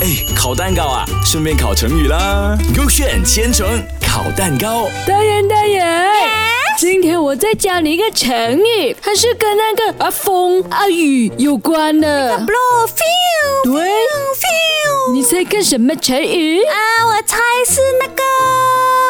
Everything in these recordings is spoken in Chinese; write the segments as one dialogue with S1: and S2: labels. S1: 哎，烤蛋糕啊，顺便烤成语啦。勾选千层烤蛋糕，
S2: 大人，大人，今天我再教你一个成语，它是跟那个啊风啊雨有关的。
S3: blow feel
S2: 对，
S3: feel
S2: 你猜跟什么成语？
S3: 啊，我猜是那个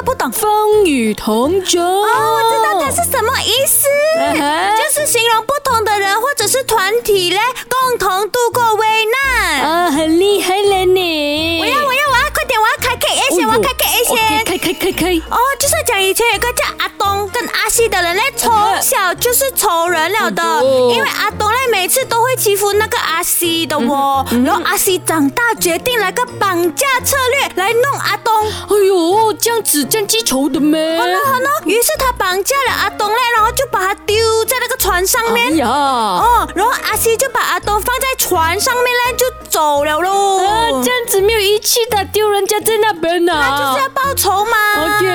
S3: 不懂
S2: 风雨同舟。
S3: 哦，我知道它是什么意思
S2: 嗯哼，
S3: 就是形容不同的人或者是团体嘞，共同度过危难。
S2: 啊，很厉害了你。
S3: 我要，我要，我要，快点，我要开 K A
S2: 哎呦
S3: 先，我要开 K A 先
S2: OK，。开开开开。
S3: 哦，就是讲以前有个叫阿东跟阿西的人嘞，从小就是仇人了的
S2: 哎呦，
S3: 因为阿东嘞每次都会欺负那个阿西
S2: 嗯
S3: 的哦，然后阿西长大决定来个绑架策略来弄阿东。
S2: 哎呦，这样子这样记仇的咩？
S3: 好呢好呢，于是他绑架了阿东嘞，然后就把他丢在那个船上
S2: 哎
S3: 面。
S2: 呀，啊，
S3: 哦，然后阿西就把阿东放在船上面嘞，就走了喽。
S2: 啊这样子没有义气的，丢人家在那边呢。啊
S3: 他就是要啊报仇嘛。
S2: OK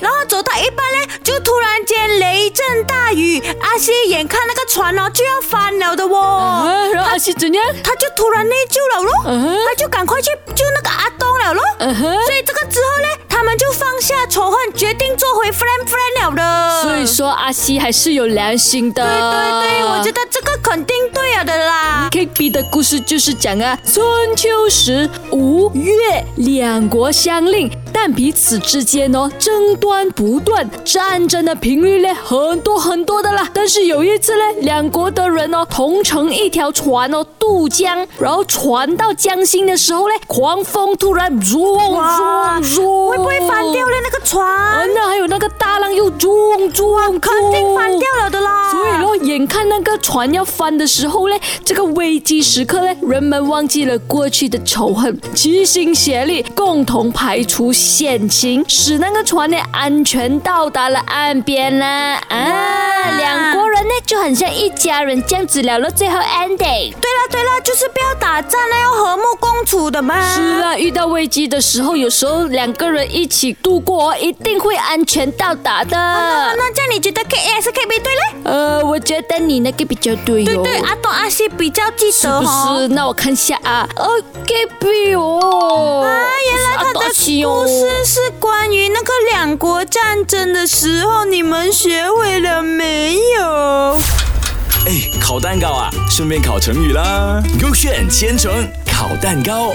S3: 然后走到一半呢，就突然间雷阵大雨，阿西眼看那个船哦就要翻了的哦，
S2: 啊，然后阿西怎样？
S3: 他就突然内疚了咯，
S2: 嗯哼
S3: 他就赶快去救那个阿东了咯。
S2: 嗯哼。
S3: 所以这个之后呢，他们就放下仇恨，决定做回 friend friend 了的。
S2: 所以啊说阿西还是有良心的。
S3: 嗯对对对，我觉
S2: 得。
S3: 得这个肯定对了的啦。
S2: K B 的故事就是讲啊，春秋时吴越两国相令，但彼此之间哦争端不断，战争的频率呢很多很多的啦。但是有一次呢，两国的人哦同乘一条船哦渡江，然后船到江心的时候呢，狂风突然
S3: 哇
S2: 哦
S3: 会不会翻掉
S2: 了？
S3: 了那个船？
S2: 哦那还有那个大浪又冲冲，哎肯
S3: 肯定翻掉了的啦。
S2: 所以咯，眼看那个船要翻的时候嘞，这个危机时刻嘞，人们忘记了过去的仇恨，齐心协力，共同排除险情，使那个船呢安全到达了岸边啦。啊，
S3: 哇
S2: 两国人呢就很像一家人这样子了了，最后 ending。
S3: 对了对了，就是不要打仗了，要和睦共处的嘛。
S2: 是啦，遇到危机的时候，有时候两个人一起度过，哦一定会安全到达的。
S3: 那这样你觉得 K A 还是 K B 对嘞？
S2: 呃，我觉得你那个比较对
S3: 对
S2: 哟。
S3: 对，阿东阿西比较记
S2: 是
S3: 得
S2: 不
S3: 哦
S2: 是？那我看一下啊，OK 比哦。
S3: 啊，原来他的故事是关于那个两国战争的时候，你们学会了没有？
S1: 哎，烤蛋糕啊，顺便烤成语啦。勾选千层烤蛋糕。